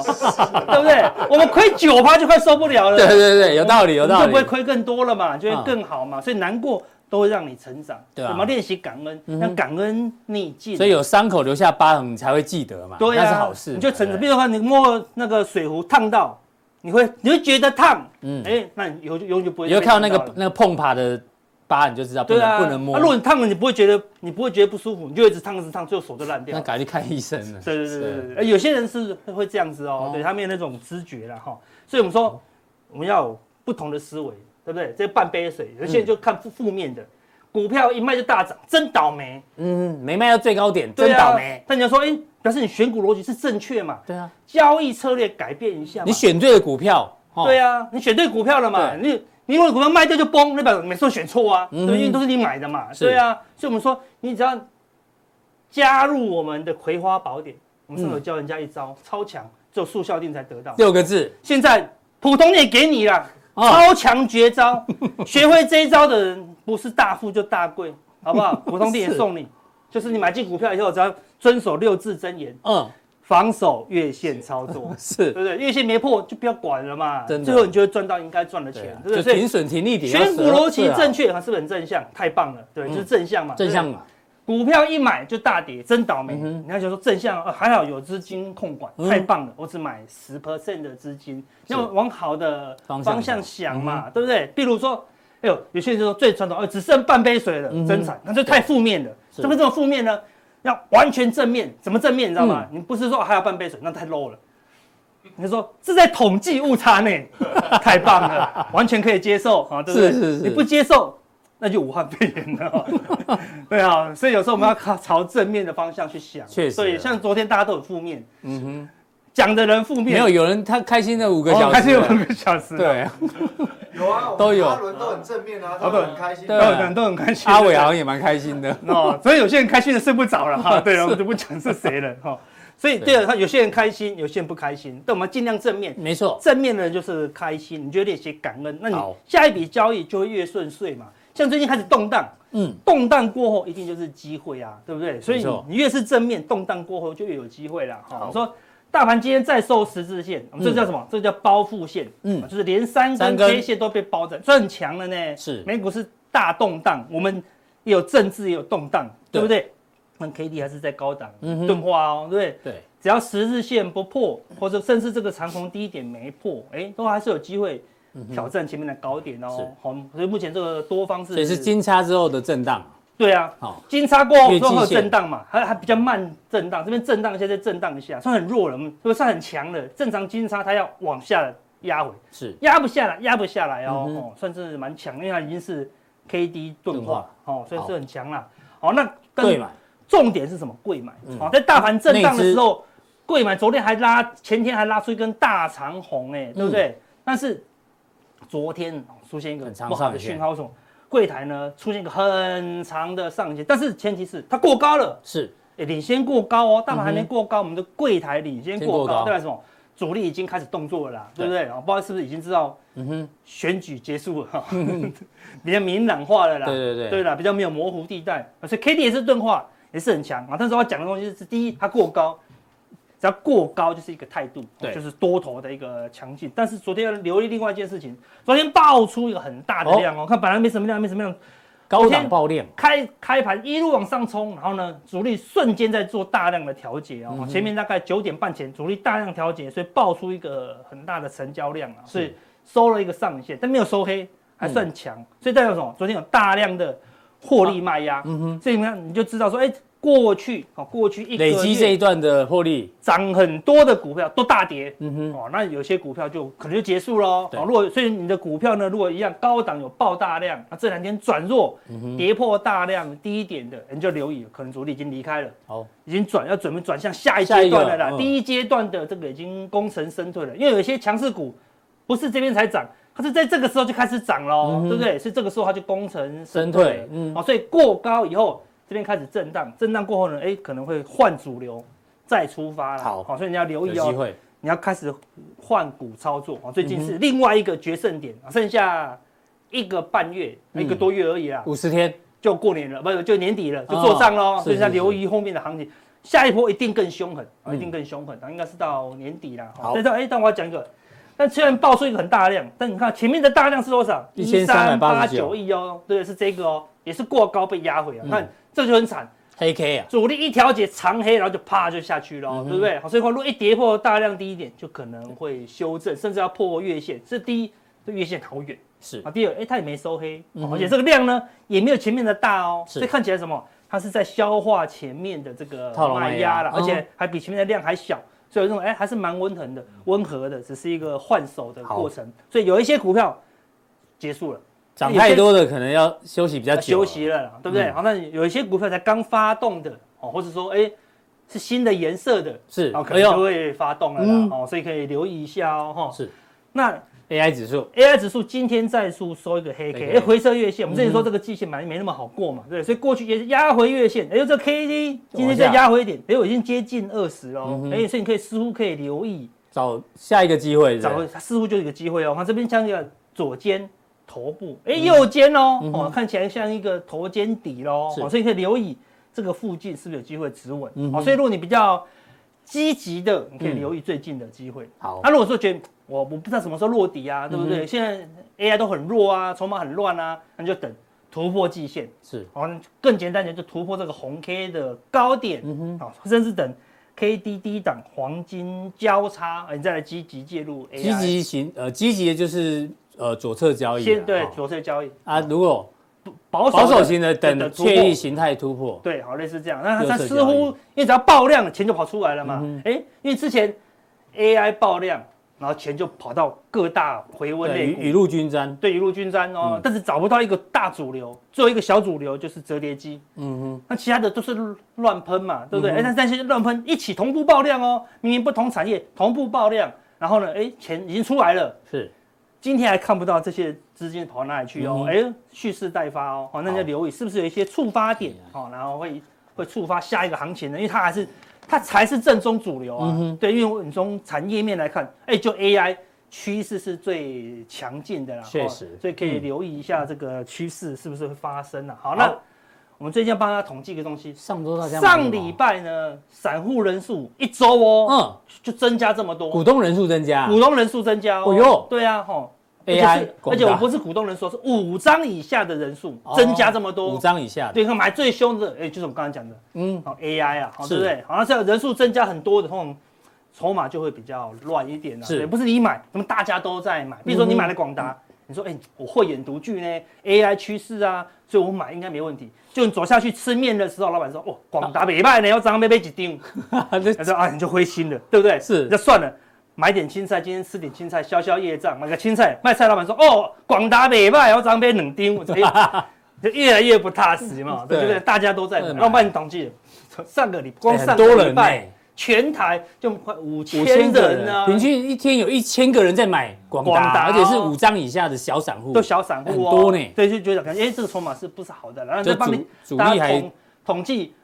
对不对？我们亏九趴就快受不了了，对对对，有道理有你道就不会理。亏更多了嘛，就会更好嘛，所以难过都会让你成长，对啊我们练习感恩，嗯哼让感恩逆境，啊所以有伤口留下疤痕，你才会记得嘛。对呀、那是好事嘛。哎你就趁对着，不比对如说你摸那个水壶烫到，你会你会觉得烫，嗯哎、那你以后就永远就不会。你就看到那烫个了那个碰爬的疤，你就知道不对啊，能不能摸啊。如。果你烫了，你不会觉得你不会觉得不舒服，你就一直烫一直烫，最后手就烂掉那了。赶快去看医生了。对对对对对是对，哎有些人是会会这样子哦，哦对他没有那种知觉了哈，所以我们说我们要有不同的思维，对不对？这半杯水，有些人就看负负面的，股票一卖就大涨，真倒霉，嗯，没卖到最高点，对真啊倒霉。。但你要说，哎，表示你选股逻辑是正确嘛？对啊，交易策略改变一下嘛，你选对了股票。哦对啊，你选对股票了嘛？你你如果股票卖掉就崩，那表示每次都选错啊，对不对，因为都是你买的嘛。嗯是对啊，所以我们说，你只要加入我们的葵花宝典，我们上次有教人家一招超强，只有速效定才得到。六个字现在普通也给你啦，哦超强绝 <laughs> 招，学会这一招的人不是大富就大贵，好 <laughs> 不好？普通店也送你，就是你买进股票以后，只要遵守六字真言，嗯，防守越线 <laughs> 操作。是对不对？月线没破就不要管了嘛，真的最后你就会赚到应该赚的对钱啊，对就不对？停损停利所以点。选股逻辑正确，确，啊是不是很正向？太棒了，对，就是正向嘛，啊嗯正向对不嘛。对。股票一买就大跌，真倒霉。嗯你要想说正向，呃还好有资金控管，嗯太棒了。我只买十 percent 的资金，是要往好的方向嗯方向想嘛，对不对？比如说，哎呦，有些人说最传统，哦，只剩半杯水了，嗯哼真惨，那就太负面了。是怎么这么负面呢？要完全正面，怎么正面？你知道嗯吗？你不是说哦还有半杯水，那太 low 了。你说这在统计误 <laughs> 差内，太棒了，完全可以接受啊，对不对？是是是你不接受，那就武汉肺炎了哦。对啊，所以有时候我们要靠朝正面的方向去想。确实对，像昨天大家都很负面，嗯哼，讲的人负面，没有有人他开心了五个哦小时，啊还是有两个小时。，啊对，啊有啊，我们都有阿伦都很正面啊，他们很开心对都啊。哦很都很开心。阿伟好啊像也蛮开心的。哦，所以有些人开心的睡不着了哈。对了，我们就不讲是谁 <laughs> 了哈。所以对了，他有些人开心，有些人不开心，但我们尽量正面。没错，正面的人就是开心，你就练习感恩，那你好下一笔交易就会越顺遂嘛。像最近开始动荡，嗯，动荡过后一定就是机会啊，对不对？所以没你错你越是正面，动荡过后就越有机会啦。好，我说大盘今天再收十字线，我们这叫什么？这叫包覆线，嗯就是连三根三根 K 线都被包着，这很强了呢。是美股是大动荡，我们也有政治也有动荡，对对不对？那 K D 还是在高档嗯哼钝化哦，对不对？对，只要十日线不破，或者甚至这个长虹低点没破，哎，都还是有机会挑战前面的高点哦嗯是。好，所以目前这个多方是所以是金叉之后的震荡。对啊，好，金叉过后月季之后线震荡嘛，还还比较慢震荡，这边震荡一下再震荡一下，算很弱了，嗯不算很强了。正常金叉它要往下压回，是压不下来，压不下来哦，嗯哼哦算是蛮强，因为它已经是 K D 钝钝化化哦，所以是很强啦。好，那对跟嘛？重点是什么？贵买嗯哦，在大盘震荡内的资时候，贵买昨天还拉，前天还拉出一根大长红，哎，对不对？但是昨天哦出现一个嗯很长不好上的影线讯号，为什么？柜台呢出现一个很长的上影线，但是前提是它过高了。是欸领先过高哦，大盘还嗯没哼过高，我们的柜台领先先过过高高，代表什么？主力已经开始动作了啦，对对不对？哦我不知道是不是已经知道嗯哼，嗯选举结束了哈， <laughs> 比较明朗化了啦。对对对对啦，比较没有模糊地带，啊所以 K D 也是钝化，也是很强啊。但是我要讲的东西是，第一，它过高，只要过高就是一个态度，哦对就是多头的一个强劲。但是昨天要留意另外一件事情，昨天爆出一个很大的量哦，看本来没什么量，没什么量，高昨档天爆量，开开盘一路往上冲，然后呢，主力瞬间在做大量的调节嗯哦。前面大概九点半前，主力大量调节，所以爆出一个很大的成交量啊，所以收了一个上影线，但没有收黑，还算强。嗯所以代表什么？昨天有大量的获利卖压，嗯哼，所以你看你就知道说，哎、过去哦，过去一个啊累积这月一段的获利，涨很多的股票都大跌，嗯哼，哦，那有些股票就可能就结束喽。对哦，如果所以你的股票呢，如果一样高档有爆大量，那这两天转弱，嗯跌破大量低点的，你就留意，可能主力已经离开了，好，已经转要准备转向下一下一阶段个了啦。嗯第一阶段的这个已经功成身退了，因为有一些强势股不是这边才涨，它是在这个时候就开始涨喽，对不对？所以这个时候它就功成身退了嗯身退。嗯哦，所以过高以后，这边开始震荡，震荡过后呢，哎，可能会换主流再出发了。好所以你要留有意机哦。会，嗯你要开始换股操作啊，最近是另外一个决胜点，剩下一个半月、嗯一个多月而已啊，五十天，就过年了，不是就年底了，就做账喽，哦所以要是是留意后面的行情，下一波一定更凶狠，啊嗯一定更凶狠，啊应该是到年底啦。好好，但是哎，但我要讲一个，但虽然爆出一个很大量，但你看前面的大量是多少？ 1389亿哦，对，是这个哦，也是过高被压回啊，嗯看这就很惨。黑 K 啊，主力一调节长黑，然后就啪就下去了嗯哦，对不对？好，所以话如果一跌破大量低点，就可能会修正，甚至要破月线。这第一，这月线好远是啊。第二，哎，它也没收黑，哦嗯哼而且这个量呢也没有前面的大哦，是所以看起来什么？它是在消化前面的这个套牢卖卖压压了，嗯而且还比前面的量还小，所以我认为哎还是蛮温和的，温和的，只是一个换手的好过程。所以有一些股票结束了。涨太多的可能要休息比较要久啊了，休嗯息了啦，对不对？好，那有一些股票才刚发动的哦，或者说哎是新的颜色的，是，哦，可哎能就呦，会发动了啦嗯，哦，所以可以留意一下哦，哈。是那 AI 指数， AI 指数今天再度收一个黑黑 K， K 嗯哎，回撤月线，我们之前说这个季线买没那么好过嘛，对不对，所以过去也是压回月线，哎呦，这 K D 今天再压回一点，哎，我已经接近二十了嗯哦哼，哎，所以你可以似乎可以留意，找下一个机会，找找回它似乎就有一个机会哦。看这边像一个左肩头部，哎、右肩哦，嗯哼哦，看起来像一个头肩底喽，是哦，所以可以留意这个附近是不是有机会止稳。嗯哼嗯哦，所以如果你比较积极的，你可以留意最近的机会。好嗯那、，如果说觉得我我不知道什么时候落底啊，对不对？现在 AI 都很弱啊，筹码很乱啊，那你就等突破季线。是好，那更简单点就突破这个红 K 的高点，嗯哼好，甚至等 K D 低档黄金交叉，呃你再来积极介入 AI，积极型，呃，积极的就是呃左侧交易啊，先对哦左侧交易，啊，如果保守保守型的的等突破确立形态突破，对，好类似这样，那它它右侧似乎交易嗯因为只要爆量，钱就跑出来了嘛，哎、因为之前 AI 爆量，然后钱就跑到各大回温对类雨雨股。露均沾，对雨露均沾哦，但是找不到一个大主流，只有一个小主流，就是折叠机。嗯那其他的都是乱喷嘛，对不对？哎、但但是乱喷一起同步爆量哦，明明不同产业同步爆量，然后呢，哎、钱已经出来了，哼，是今天还看不到这些资金跑到哪里去嗯哦，哼哎、蓄势待发哦，好，那好嗯你要留意是不是有一些触发点哦，然后会会触发下一个行情呢？因为它还是它才是正宗主流啊，嗯哼对，因为你从产业面来看，哎、就 AI。趋势是最强劲的啦，确哦实所以可以嗯留意一下这个趋势是不是会发生啊。好，那好我们最近要帮大家统计一个东西，上周大家买了吗上礼拜呢，散户人数一周哦，嗯，就增加这么多，股东人数增加股东人数增加哦。哦哟对啊，吼。而且 AI 是，广而且我大不是股东人数，是五张以下的人数哦增加这么多。五张以下的，对，看买最凶的，哎，就是我们刚才讲的，嗯，好 AI 啊，好是对不对？好像是人数增加很多的，通常筹码就会比较乱一点啊。是嗯对不是你买，那么大家都在买。比如说你买了广达，你说，哎、我慧眼独具呢，AI 趋势啊，所以我买应该没问题。就你走下去吃面的时候，老板说，哦，广达北派呢，要张贝贝 <laughs> 几丁，他说啊，你就灰心了，对不对？是那算了。买点青菜，今天吃点青菜，消消业障。买个青菜，卖菜老板说：“哦，广达北卖，要张杯冷丁。”我 <laughs> 说哎就越来越不踏实嘛，对嗯不对对？大家都在买，对嘛然后帮你统计，上个礼光哎很上多个礼人拜呢，全台就快五5000千人啊，平均一天有一千个人在买广广达，达而且是哦五张以下的小散户，都小散户哦，很多呢对，就觉得感觉哎，这个筹码是不是好的？然后就再帮主你主大力家还统统计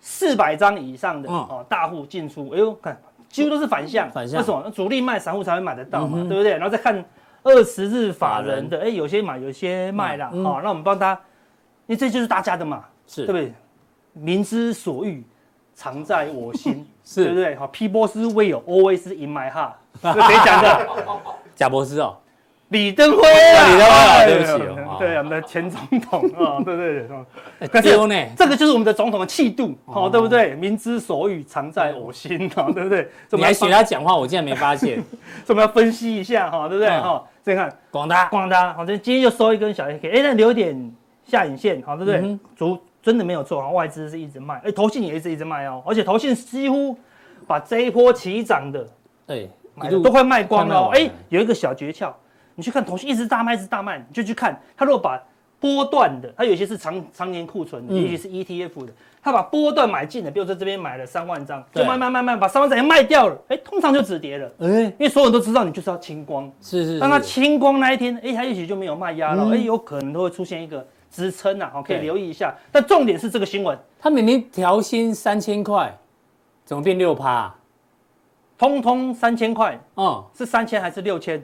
四百张以上的嗯哦大户进出，哎呦看几乎都是反向，反向为什么？主力卖，散户才会买得到嘛嗯，哼对不对？然后再看二十日法人法的，哎，有些买，有些卖啦，嗯嗯哦，那我们帮他，因为这就是大家的嘛，是对不对？民之所欲，常在我心， <laughs> 是对不对？好，People s will always in my heart，这谁讲的？ <laughs> 贾博士哦，李登辉啊，啊李登辉啊哎对不起哦对，我们的前总统 <laughs> 啊，对对对，哦可可是是呢，这个就是我们的总统的气度，哦，对不对？民之所欲，常在我心，哦，对不对？所以我你们要还学他讲话，我竟然没发 <laughs> 现。所以我们要分析一下，哈，对不对？嗯哈，再看广达广达，好，这今天就收一根小黑 K，哎，那留点下影线，好，对不嗯对？足真的没有错，啊，外资是一直卖，哎，投信也一直一直卖哦，而且投信几乎把这一波起涨的对，哎一买的路都快卖光了、哦。快卖哎、完了有一个小诀窍，你去看同信一直大卖，一直大卖，你就去看他如果把波段的，他有些是常常年库存的，嗯尤其是 ETF 的，他把波段买进的，比如说这边买了三万张，对就慢慢慢慢把三万张也卖掉了，哎、通常就止跌了。哎，因为所有人都知道，你就是要清光。是是，当它是清光那一天，哎、它也许就没有卖压了，哎、嗯有可能都会出现一个支撑啊，好，可以对留意一下。但重点是这个新闻，他明明调薪三千块，怎么变六趴？通通三千块，哦，是三千还是六千？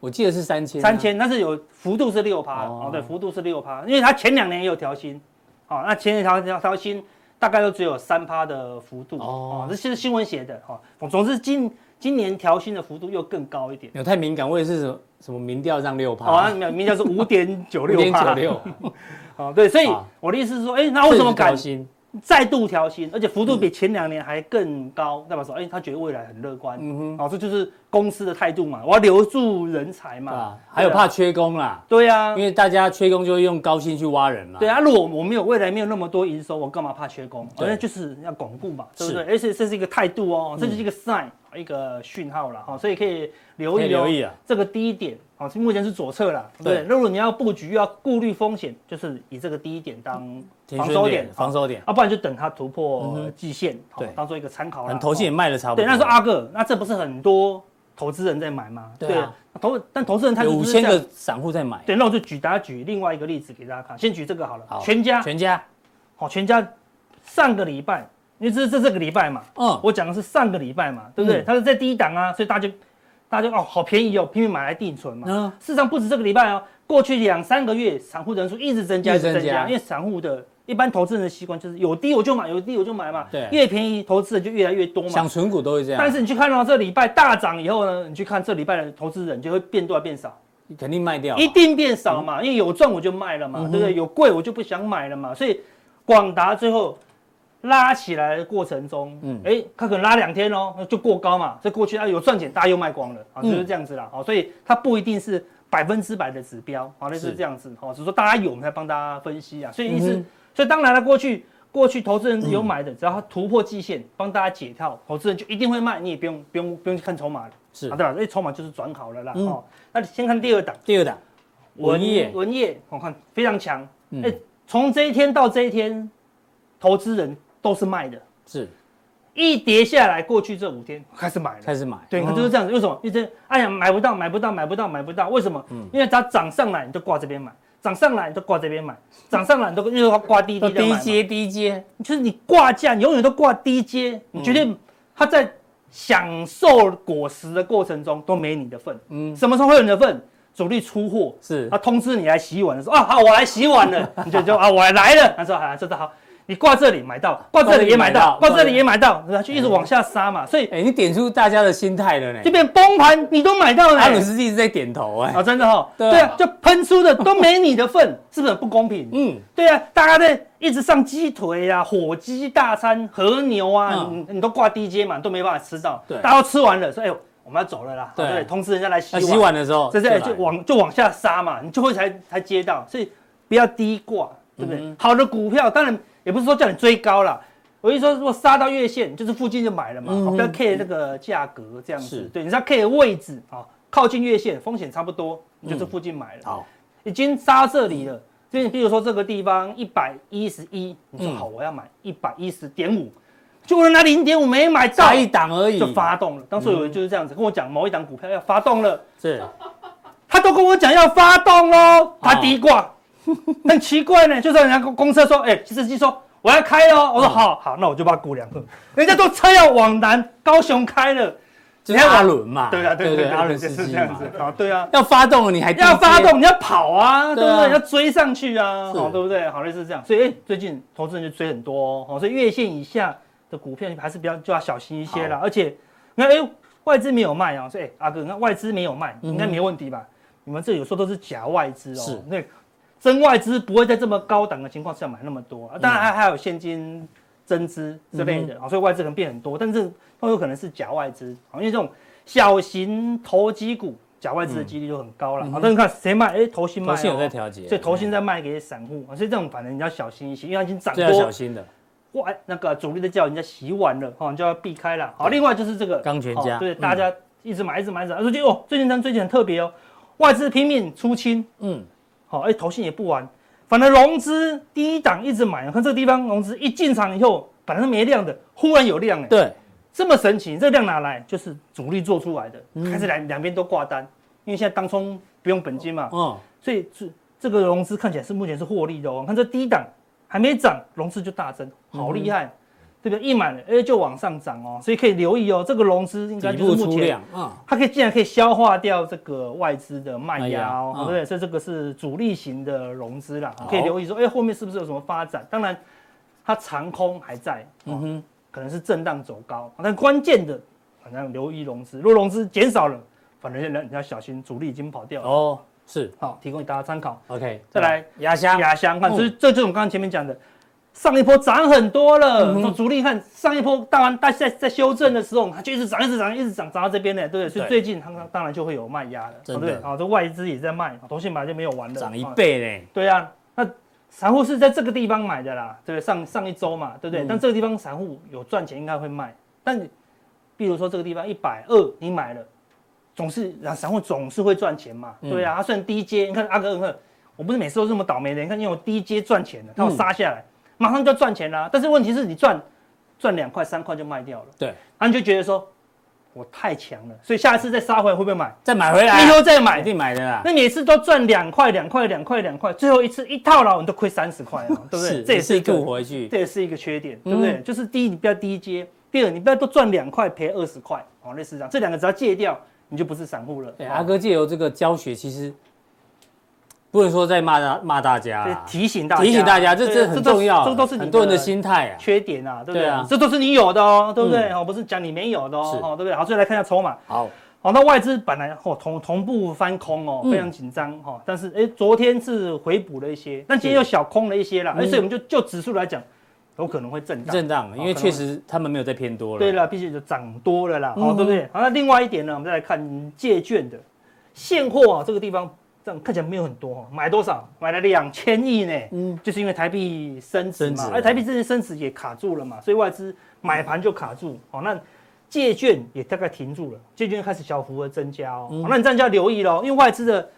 我记得是三千，三，千，但是有幅度是六趴啊哦哦，对，幅度是六趴，因为它前两年也有调薪，哦，那前年调调调薪大概都只有三趴的幅度哦哦，这是新闻写的哦，总总之今今年调薪的幅度又更高一点，有太敏感，我也是什么什么民调让六趴，哦，那名名叫是五点九啊五六点九趴，六，哦，对，所以啊我的意思是说，哎，那为什么敢调薪？再度调薪，而且幅度比前两年还更高，代表说，哎，他觉得未来很乐观，嗯哦，这就是公司的态度嘛，我要留住人才哼，嘛啊，，还有对啊怕，缺工啦，对呀因，为大家缺工就会用高薪去挖人嘛，对啊，如果我没有未来没有那么多营收，我干嘛怕缺工？对反正就是要巩固嘛，对不是对？而且这是一个态度哦，这就是一个 sign，、一个讯号了哈、哦，所以可以留可意、以哦、留意啊，这个低点哦，目前是左侧啦，对不对对。如果你要布局，又要顾虑风险，就是以这个低点当停防损守点，防守点，啊，不然就等它突破嗯哼季线，好对当做一个参考啦。很投信也哦卖的差不多，对，那说阿哥，那这不是很多投资人在买吗？对啊投但投资人他有就五不是千像个散户在买，对，那我就举大家举另外一个例子给大家看，先举这个好了，好全家，全家，好、全家上个礼拜，因为这是这这个礼拜嘛，嗯，我讲的是上个礼拜嘛，对不对？嗯它是在低档啊，所以大家就大家就哦好便宜哦，拼命买来定存嘛。嗯事实上不止这个礼拜哦，过去两三个月散户人数一直增加，一一直直增增加加，因为散户的一般投资人的习惯就是有低我就买，有低我就买嘛，对越便宜投资人就越来越多嘛想。存股都会这样，但是你去看到、这礼拜大涨以后呢，你去看这礼拜的投资人就会变多还变少。肯定卖掉嘛，嗯一定变少嘛，因为有赚我就卖了嘛，对不对？有贵我就不想买了嘛，所以广达最后拉起来的过程中，嗯嗯，哎，它可能拉两天哦，就过高嘛，这过去啊有赚钱，大家又卖光了啊，嗯就是这样子啦，好，所以它不一定是百分之百的指标，好，类似是这样子，哦，只是说大家有我们才帮大家分析啊，所以意思，嗯哼嗯所以当然了，过去。过去投资人有买的，只要它突破季线，帮大家解套，投资人就一定会卖，你也不用不用不用去看筹码了，是啊对吧？因为筹码就是转好了啦。嗯哦，那先看第二档。第二档，文文业业文业，我看非常强。嗯哎、从这一天到这一天，投资人都是卖的，是一跌下来，过去这五天开始买了。开始买，对，嗯它就是这样子。为什么？因为这哎呀，买不到，买不到，买不到，买不到。为什么？嗯因为它涨上来你就挂这边买，涨上来你就挂这边买，涨上来你都因为它挂低都低低低阶，阶低阶，就是你挂价，你永远都挂低阶，嗯你绝对它在享受果实的过程中都没你的份。嗯，什么时候会有你的份？主力出货，是他通知你来洗碗的时候啊，好，我来洗碗 <laughs> 了，你就就啊，我来了。他说啊，这是好，你挂这里买到，挂这里也买到，挂挂哦这里买到这里也买到，然后就一直往下杀嘛，所以哎，你点出大家的心态了呢这。边崩盘你都买到了阿鲁欸，斯基一直在点头哎、啊，真的哈，啊对啊对啊，就喷出的都没你的份，是不是很不公平？嗯，对啊，大家在一直上鸡腿啊、火鸡大餐、和牛啊，嗯你你都挂低阶嘛，都没办法吃到，对大家都吃完了，说哎呦，我们要走了啦，对对不对，同时人家来洗那碗，洗碗的时候这就来是就往就往下杀嘛，你就会才才接到，所以不要低挂，对不对？嗯好的股票当然也不是说叫你追高啦，我一说如果杀到月线，你就是附近就买了嘛，嗯哦哼不要 care 那个价格这样是子，对，你只要 care 位置啊，靠近月线风险差不多，你就这附近买了，嗯好，嗯已经杀这里了。所以你比如说这个地方一百一十一，你说嗯好我要买一百一十点五，结果人家零点五没买到差，一档而已，就发动了。当时有人就是这样子跟我讲，某一档股票要发动了。是他都跟我讲要发动喽，他低 <laughs> 挂，很奇怪呢。就算人家公公车说，哎、司机说我要开喽，我说好好，那我就把它估两个。人家都车要往南高雄开了，就是阿伦嘛，对啊，对对对，阿伦就司是机这样嘛子，啊，对啊，要发动了你还低接要发动你要跑啊，对对不啊对？要追上去啊，是好，对不对？好类似这样，所以哎，最近投资人就追很多哦，好，所以月线以下的股票你还是比较就要小心一些啦。而且你看，哎，外资没有卖啊，所以哎阿哥，你看外资没有卖，嗯哼应该没问题吧？你们这有时候都是假外资哦，是那真外资不会在这么高档的情况下买那么多啊，嗯当然还还有现金增资之类的啊，所以外资可能变很多，但是都有可能是假外资啊，因为这种小型投机股假外资的几率就很高了。嗯好，但是看谁卖，哎，投信卖头哦，信有在调节，所以投信在卖给散户，哦所以这种反正你要小心一些，因为它已经涨这要啊小多，心的，哇，那个主力的叫人家洗碗了，哦哈，你就要避开了。好，另外就是这个钢拳家哦对，嗯大家一直买，一直买，一直买，而且哦，最近它最近很特别哦，外资拼命出清，嗯，好，哎，投信也不玩，反正融资第一档一直买，看这个地方融资一进场以后，本来是没量的，忽然有量，哎，对，这么神奇，这量哪来？就是主力做出来的，嗯开始两两边都挂单，因为现在当冲不用本金嘛，嗯，所以这这个融资看起来是目前是获利的哦。看这低档还没涨，融资就大增，好嗯厉害，对不对？一买了，哎，就往上涨哦，所以可以留意哦，这个融资应该底就部是出目前嗯量啊，它可以竟然可以消化掉这个外资的卖卖压压哦，嗯对不对？所以这个是主力型的融资啦好，可以留意说，哎，后面是不是有什么发展？当然，它长空还在，嗯嗯哼哼，可能是震荡走高，但关键的反正留意融资，如果融资减少了，反正人你要小心，主力已经跑掉了。哦，是好，提供给大家参考。 OK，再来压箱，压箱看，嗯所以这就是我们刚刚前面讲的，上一波涨很多了，嗯哼那主力看上一波当然大在在修正的时候，它就一直涨，一直涨，一直涨，涨到这边呢，对不对？所以对最近它当然就会有卖压了，对真的不对？啊，这外资也在卖，投信买就没有玩了，涨一啊倍呢，对啊，那散户是在这个地方买的啦，对不对？上上一周嘛，对不对？嗯但这个地方散户有赚钱，应该会卖。但你比如说这个地方一百二，你买了，总是然后散户总是会赚钱嘛，嗯对啊。他虽然低阶，你看阿哥，你看我不是每次都这么倒霉的，你看因为我低阶赚钱了，他嗯我杀下来，马上就赚钱啦。但是问题是你赚赚两块三块就卖掉了，对，然后你就觉得说我太强了，所以下一次再杀回来会不会买？再买回来以啊，后再买一，定买的啦， <laughs> 那每次都赚两块、两块、两块、两块，最后一次一套牢你都亏三 <laughs> 十块啊，对不对？是这也是一吐个，回去，这也是一个缺点，对不对？嗯就是第一，你不要低阶；第二，你不要都赚两块赔二十块，哦，类似这样。这两个只要戒掉，你就不是散户了。对，啊哦阿，哥借由这个教学，其实不能说在骂大骂大家这啦，提醒大家，提醒大家，这对这很重要，啊这都是很多人的心心态啊。缺点啊，对不对对啊？嗯这都是你有的哦，对不对？哦，不是讲你没有的是哦，哦，对不对？好，所以来看一下筹码。好，好，那外资本来哦同同步翻空哦，嗯非常紧张哈，但是哎，昨天是回补了一些，但今天又小空了一些啦，哎，所以我们就就指数来讲，有可能会震荡。嗯震荡，因为可能确会实他们没有再偏多了。对了，毕竟就涨多了啦，好，嗯对不对？好，那另外一点呢，我们再来看借券的现货啊，这个地方这样看起来没有很多哦，买多少？买了两千亿呢，嗯嗯，就是因为台币升值升值嘛，哎而台币之前升值也卡住了嘛，所以外资买盘就卡住，好，那借券也大概停住了，借券开始小幅的增加哦，嗯好那你这样就要留意喽，因为外资的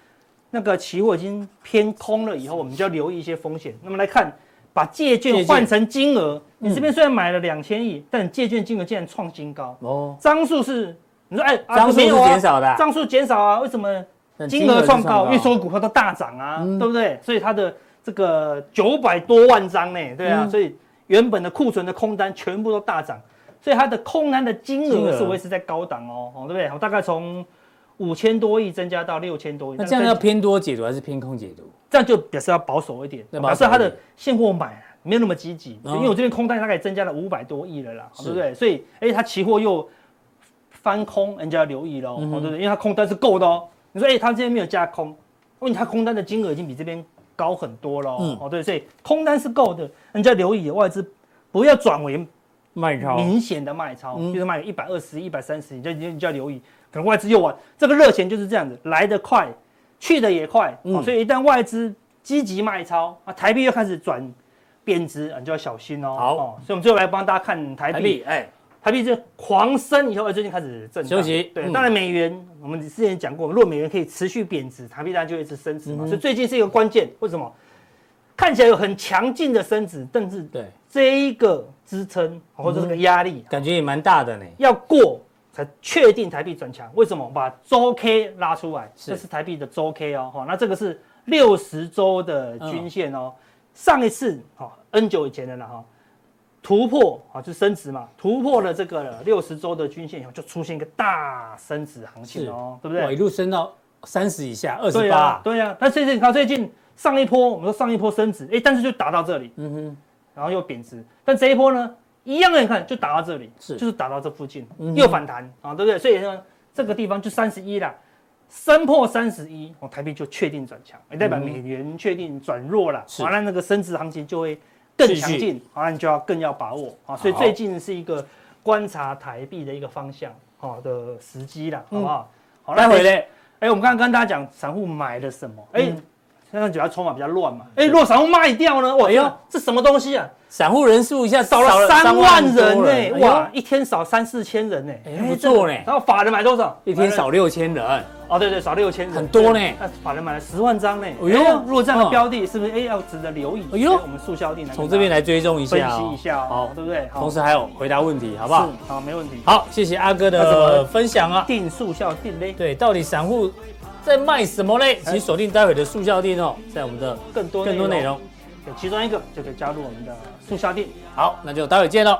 那个期货已经偏空了，以后我们就要留意一些风险。那么来看，把借借券券换成金额，嗯你这边虽然买了两千亿，但你借券金额竟然创新高，哦，张数是你说哎，啊张数没是有啊减少的啊，张数减少啊，为什么但金额是创高？因为所有股票都大涨啊，嗯对不对？所以它的这个九百多万张呢，对啊，嗯所以原本的库存的空单全部都大涨，所以它的空单的金金额额是维持在高档哦，哦，对不对？我大概从五千多亿增加到六千多亿，那这样要偏多解读还是偏空解读？这样就表示要保守一点，要表保守一点示它的现货买没有那么积极，哦对因为我这边空单大概增加了五百多亿了啦，是对不对？所以，哎，它期货又翻空，人家要留意喽，嗯哦哼对不对？因为它空单是够的哦。你说，哎，它这边没有加空，哦问题它空单的金额已经比这边高很多了嗯哦，哦对，所以空单是够的，人家留意外资不要转为卖超明显的卖超，嗯比如说卖一百二十、一百三十，你就你就你就要留意。可能外资又玩。这个热钱就是这样子，来得快，去得也快，哦嗯所以一旦外资积极卖超啊，台币又开始转贬值，啊你就要小心哦。好哦所以我们最后来帮大家看台台币币，哎，台币这狂升以后，哎最近开始震荡休息对，嗯当然美元，我们之前讲过，如果美元可以持续贬值，台币当然就会一直升嗯值嘛。所以最近是一个关键，为什么？看起来有很强劲的升值，但是对，这一个支嗯撑或者这个压力感觉也蛮大的呢。要过才确定台币转强。为什么？把周 K 拉出来，是这是台币的周 K 哦，哈，那这个是六十周的均线哦。上一次哈 N 久以前的了哈，突破啊就升值嘛，突破了这个六十周的均线以后，就出现一个大升值行情哦，对不哇一对？路升到三十以下，二对十啊呀八，，对呀。那最近你看最近上一波，我们说上一波升值，哎，但是就打到这里，嗯哼，然后又贬值。但这一波呢，一样的，你看就打到这里，是就是打到这附近，嗯哼又反弹啊，对不对？所以呢，这个地方就三十一啦，升破三十一，哦，台币就确定转强，也代表嗯哼美元确定转弱了，是完了那个升值行情就会更强继劲，哦完了你就要更要把握啊。所以好最近是一个观察台币的一个方向啊的时机啦，好不好？好，嗯待那会嘞，哎、我们刚刚跟大家讲散户买了什么，哎、嗯现在主要筹码比较乱嘛，哎、如果散户卖掉呢？哇，哎哎呦呦，这什么东西啊？散户人数一下少了三万人多呢、哎呦哇，，一天少三四千人呢、哎不错呢然后法人买多少？一天少六千人，哦，对对，少六千人，很多呢对那法人买了十万张呢、哎哎呦呦，如果这样的嗯标的是不是哎要值得留意？哎呦所以我们速效定来从这边来追踪一分下哦，析一下哦，好对不对？好同时还有回答问题，好不好？是好，没问题。好，谢谢阿哥那怎么的分享啊。定速效定嘞，对，到底散户在卖什么嘞？请锁定待会的速效店哦，在我们的哎更多更多内容。对，其中一个就可以加入我们的速效定。好，那就待会见喽。